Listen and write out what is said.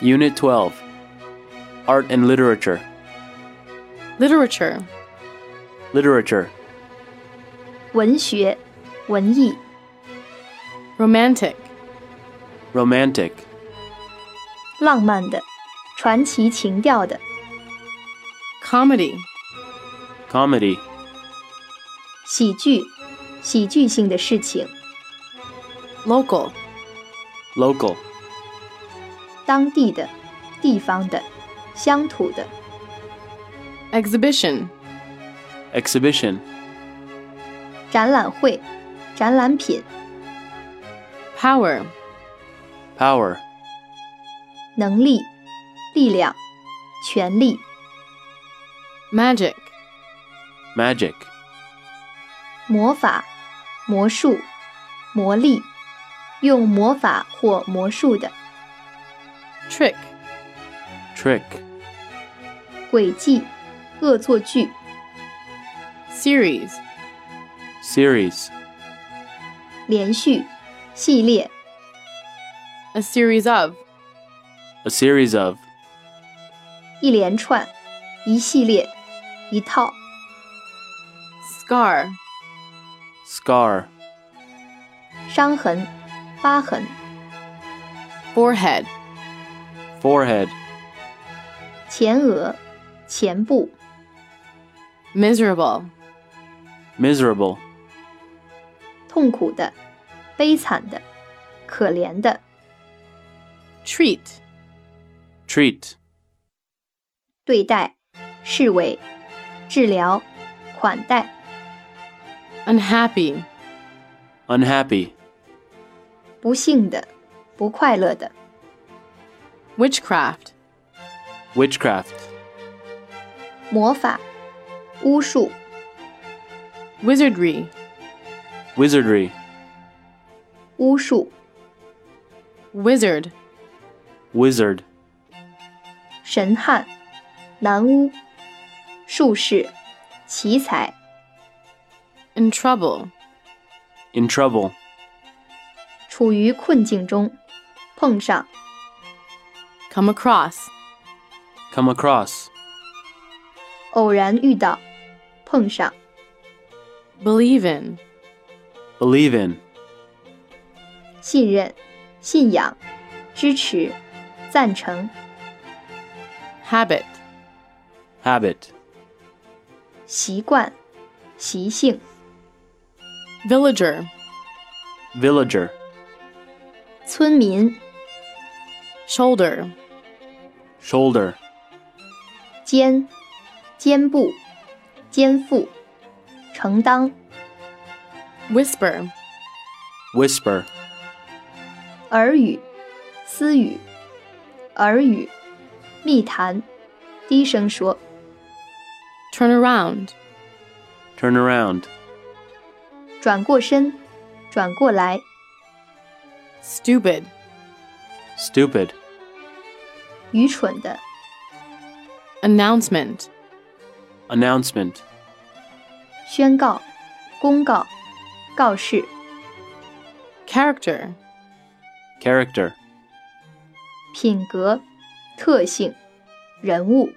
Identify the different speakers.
Speaker 1: Unit 12 Art and Literature.
Speaker 2: literature,
Speaker 1: Literature.
Speaker 3: 文学、文艺、
Speaker 2: romantic,
Speaker 1: Romantic.
Speaker 3: 浪漫的、传奇情调的、
Speaker 2: comedy,
Speaker 1: Comedy.
Speaker 3: 喜剧、喜剧性的事情、
Speaker 2: local,
Speaker 1: Local.
Speaker 3: 当地的、地方的、乡土的、
Speaker 2: exhibition,
Speaker 1: Exhibition.
Speaker 3: 展览会、展览品、
Speaker 2: power,
Speaker 1: Power.
Speaker 3: 能力、力量、权力、
Speaker 2: magic,
Speaker 1: Magic.
Speaker 3: 魔法、魔术、魔力，用魔法或魔术的
Speaker 2: trick,
Speaker 1: Trick.
Speaker 3: 诡计、恶作剧、
Speaker 2: series,
Speaker 1: Series.
Speaker 3: 连续、系列、
Speaker 2: a series of,
Speaker 1: A series of.
Speaker 3: 一连串、一系列、一套。
Speaker 2: scar,
Speaker 1: Scar.
Speaker 3: 伤痕、疤痕、
Speaker 2: forehead,
Speaker 1: Forehead.
Speaker 3: 前额、前部、
Speaker 2: miserable,
Speaker 1: Miserable.
Speaker 3: 痛苦的、悲惨的、可怜的、
Speaker 2: treat,
Speaker 1: Treat.
Speaker 3: 对待、视为、治疗、款待、
Speaker 2: unhappy,
Speaker 1: Unhappy.
Speaker 3: 不幸的、不快乐的、
Speaker 2: witchcraft,
Speaker 1: Witchcraft.
Speaker 3: 魔法、巫术、
Speaker 2: wizardry,
Speaker 1: Wizardry.
Speaker 3: 巫术、
Speaker 2: wizard,
Speaker 1: Wizard.
Speaker 3: 神汉、男巫、术士、奇才、
Speaker 2: in trouble,
Speaker 1: In trouble.
Speaker 3: 处于困境中、碰上、
Speaker 2: come across,
Speaker 1: Come across.
Speaker 3: 偶然遇到、碰上、
Speaker 2: believe in,
Speaker 1: Believe in.
Speaker 3: 信任、信仰、支持、赞成。
Speaker 2: habit,
Speaker 1: Habit.
Speaker 3: 习惯、习性、
Speaker 2: villager,
Speaker 1: Villager.
Speaker 3: 村民、
Speaker 2: shoulder,
Speaker 1: Shoulder.
Speaker 3: 肩、肩部、肩负、承担、
Speaker 2: whisper,
Speaker 1: Whisper.
Speaker 3: 耳语、私语、耳语、密谈、低声说、
Speaker 2: turn around,
Speaker 1: Turn around.
Speaker 3: 转过身、转过来、
Speaker 2: stupid,
Speaker 1: Stupid.
Speaker 3: 愚蠢的、
Speaker 2: announcement,
Speaker 1: Announcement.
Speaker 3: 宣告、公告、告示、
Speaker 2: character,
Speaker 1: Character.
Speaker 3: 品格、特性、人物。